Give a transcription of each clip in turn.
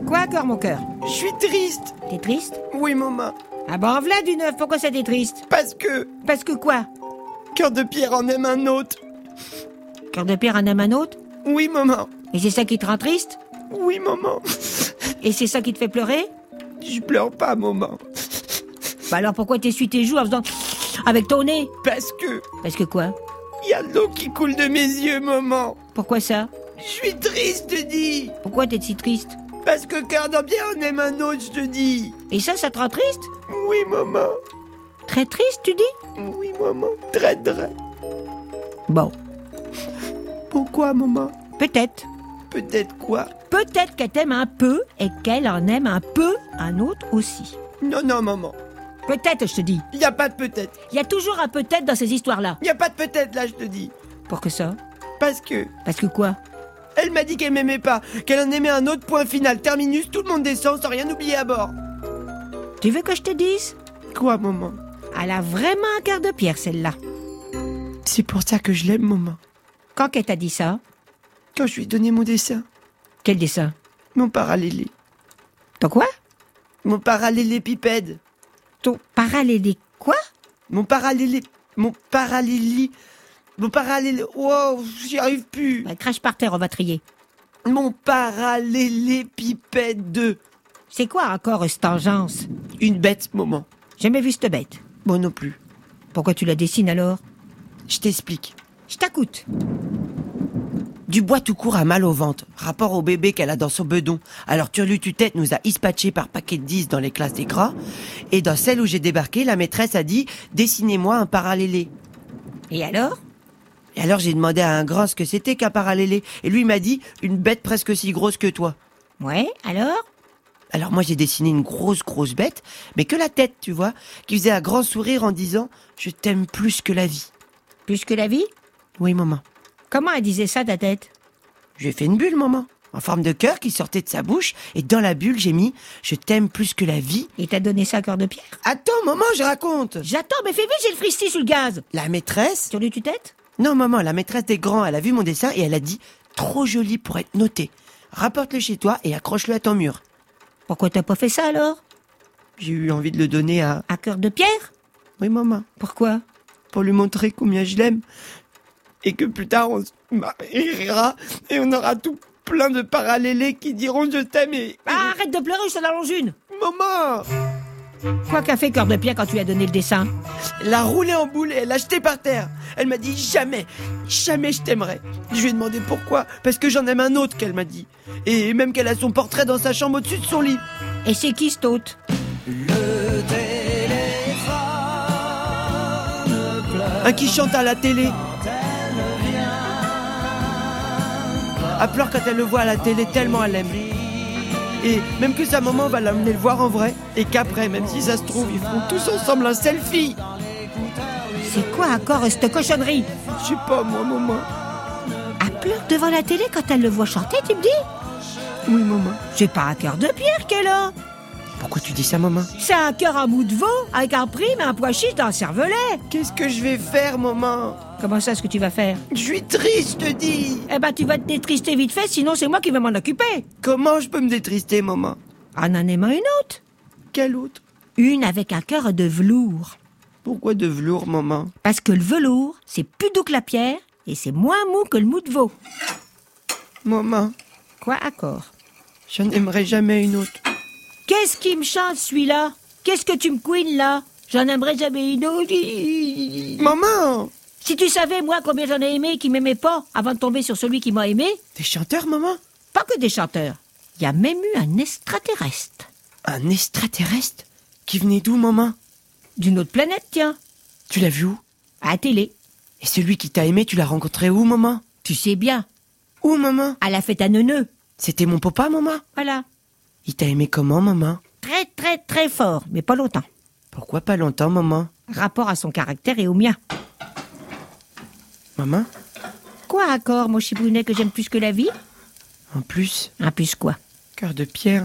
d'accord, mon cœur. Je suis triste. T'es triste Oui, maman. Ah bah, en v'là du neuf, pourquoi ça t'est triste Parce que Parce que quoi cœur de pierre en aime un autre. Cœur de père, un âme, un autre Oui, maman. Et c'est ça qui te rend triste Oui, maman. Et c'est ça qui te fait pleurer Je pleure pas, maman. Bah alors pourquoi t'essuies tes joues en faisant avec ton nez Parce que Parce que quoi y a de l'eau qui coule de mes yeux, maman. Pourquoi ça Je suis triste, je te dis. Pourquoi t'es si triste Parce que cœur de pierre en aime un autre, je te dis. Et ça, ça te rend triste Oui, maman. Très triste, tu dis Oui, maman. Très, très. Bon, Pourquoi, maman peut-être. Peut-être quoi Peut-être qu'elle t'aime un peu et qu'elle en aime un peu un autre aussi. Non, non, maman. Peut-être, je te dis. Y a pas de peut-être. Il y a toujours un peut-être dans ces histoires-là. Y a pas de peut-être, là, je te dis. Pour que ça Parce que Parce que quoi elle m'a dit qu'elle m'aimait pas, qu'elle en aimait un autre point final, terminus, tout le monde descend sans rien oublier à bord. Tu veux que je te dise Quoi, maman Elle a vraiment un cœur de pierre, celle-là. C'est pour ça que je l'aime, maman. Quand qu'elle t'a dit ça Quand je lui ai donné mon dessin, Quel dessin mon parallélé, Ton quoi mon parallélépipède, Ton parallélé quoi mon parallélé, mon paralléli, mon parallélé, wow, j'y arrive plus, Bah, Crache par terre, on va trier. mon parallélépipède 2. C'est quoi encore euh, cette tangence Une bête, maman. Jamais vu cette bête. Moi non plus. Pourquoi tu la dessines alors Je t'explique. Je t'écoute. Dubois tout court a mal au ventre, rapport au bébé qu'elle a dans son bedon. Alors Turlututet nous a dispatchés par paquet de 10 dans les classes des gras. Et dans celle où j'ai débarqué, la maîtresse a dit « Dessinez-moi un parallélé ». Et alors Et alors j'ai demandé à un grand ce que c'était qu'un parallélé. Et lui il m'a dit « Une bête presque si grosse que toi Ouais, alors ». Alors moi j'ai dessiné une grosse grosse bête, mais que la tête, tu vois, qui faisait un grand sourire en disant « Je t'aime plus que la vie Plus que la vie ». Oui maman. Comment elle disait ça ta tête J'ai fait une bulle maman, en forme de cœur qui sortait de sa bouche. Et dans la bulle j'ai mis « Je t'aime plus que la vie ». Et t'as donné ça à cœur de pierre Attends, maman, je raconte. J'attends, mais fais vite, j'ai le fristi sous le gaz La maîtresse Sur le tue-tête Non, maman, la maîtresse des grands, elle a vu mon dessin et elle a dit trop joli pour être noté. Rapporte-le chez toi et accroche-le à ton mur. Pourquoi t'as pas fait ça alors J'ai eu envie de le donner à À cœur de pierre oui, maman, Pourquoi pour lui montrer combien je l'aime et que plus tard on se mariera et on aura tout plein de parallélés qui diront je t'aime et ah, Arrête de pleurer, je t'en allonge une maman. Quoi qu'a fait cœur de pierre quand tu lui as donné le dessin Elle a roulé en boule et elle l'a jeté par terre. Elle m'a dit jamais, jamais je t'aimerai. Je lui ai demandé pourquoi, parce que j'en aime un autre qu'elle m'a dit. Et même qu'elle a son portrait dans sa chambre au-dessus de son lit. Et c'est qui cet hôte Un qui chante à la télé. Elle pleure quand elle le voit à la télé, tellement elle l'aime. Et même que sa maman va l'amener le voir en vrai. Et qu'après, même si ça se trouve, ils feront tous ensemble un selfie. C'est quoi encore euh, cette cochonnerie Je sais pas, moi, maman. Elle pleure devant la télé quand elle le voit chanter, tu me dis Oui, maman. C'est pas à cœur de pierre qu'elle a Pourquoi tu dis ça, maman C'est un cœur à mou de veau, avec un prime, un pois chiche, un cervelet Qu'est-ce que je vais faire, maman Comment ça, ce que tu vas faire Je suis triste, je te dis. Eh ben, tu vas te détrister vite fait, sinon c'est moi qui vais m'en occuper. Comment je peux me détrister, maman En en aimant une autre. Quelle autre Une avec un cœur de velours. Pourquoi de velours, maman Parce que le velours, c'est plus doux que la pierre, et c'est moins mou que le mou de veau. Maman, Quoi accord j'en aimerais jamais une autre. Qu'est-ce qui me chante, celui-là Qu'est-ce que tu me couines, là J'en aimerais jamais une autre. Maman Si tu savais, moi, combien j'en ai aimé qui m'aimait pas avant de tomber sur celui qui m'a aimé, T'es chanteur, maman pas que des chanteurs. Il y a même eu un extraterrestre. Un extraterrestre Qui venait d'où, maman D'une autre planète, tiens. Tu l'as vu où À la télé. Et celui qui t'a aimé, tu l'as rencontré où, maman Tu sais bien. Où, maman À la fête à neuneu. C'était mon papa, maman Voilà. Il t'a aimé comment, maman Très, très, très fort, mais pas longtemps. Pourquoi pas longtemps, maman Rapport à son caractère et au mien. Maman Quoi accord, mon chibounet, que j'aime plus que la vie En plus, Un plus quoi cœur de pierre,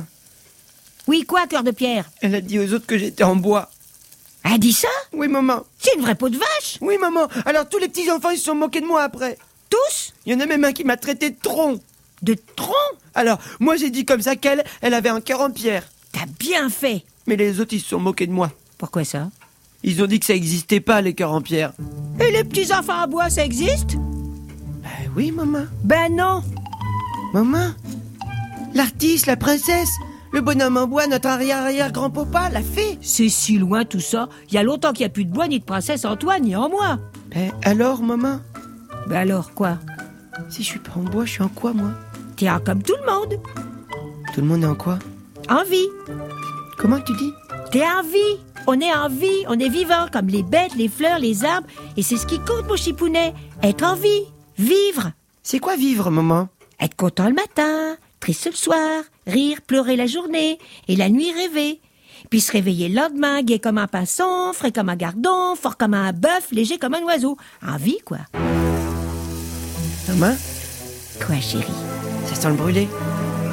Oui, quoi, cœur de pierre elle a dit aux autres que j'étais en bois. Elle dit ça Oui, maman C'est une vraie peau de vache Oui, maman Alors tous les petits-enfants, ils se sont moqués de moi après Tous Il y en a même un qui m'a traité de tronc. De tronc Alors, moi j'ai dit comme ça qu'elle, elle avait un cœur en pierre. T'as bien fait Mais les autres, ils se sont moqués de moi. Pourquoi ça Ils ont dit que ça existait pas, les cœurs en pierre. Et les petits enfants à bois, ça existe Bah oui, maman. Ben non Maman L'artiste, la princesse, le bonhomme en bois, notre arrière-arrière-grand-papa, la fée. C'est si loin tout ça. Il y a longtemps qu'il n'y a plus de bois ni de princesse Antoine, ni en moi. Ben alors, maman Ben alors quoi Si je suis pas en bois, je suis en quoi, moi T'es un comme tout le monde. Tout le monde est en quoi En vie. Comment tu dis T'es en vie. On est en vie. On est vivant, comme les bêtes, les fleurs, les arbres. Et c'est ce qui compte, mon chipounet. Être en vie. Vivre. C'est quoi vivre, maman Être content le matin, triste le soir, rire, pleurer la journée, et la nuit rêver. Puis se réveiller le lendemain, gai comme un pinson, frais comme un gardon, fort comme un bœuf, léger comme un oiseau. En vie, quoi. Maman Quoi, chérie Ça sent le brûlé.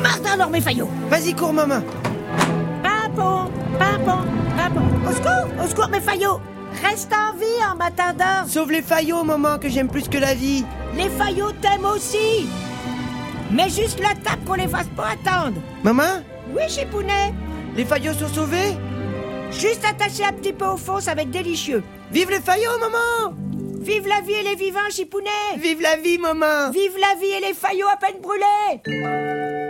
Martin Lormé Fayot Vas-y, cours, maman Pimpon, pimpon, pimpon. Au secours, au secours, mes faillots. Reste en vie en matin d'or. Sauve les faillots, maman, que j'aime plus que la vie Les faillots t'aiment aussi. Mais juste la tape qu'on les fasse pas attendre. Maman Oui, Chipounet. Les faillots sont sauvés Juste attaché un petit peu au fond, ça va être délicieux. Vive les faillots, maman Vive la vie et les vivants, Chipounet. Vive la vie, maman Vive la vie et les faillots à peine brûlés.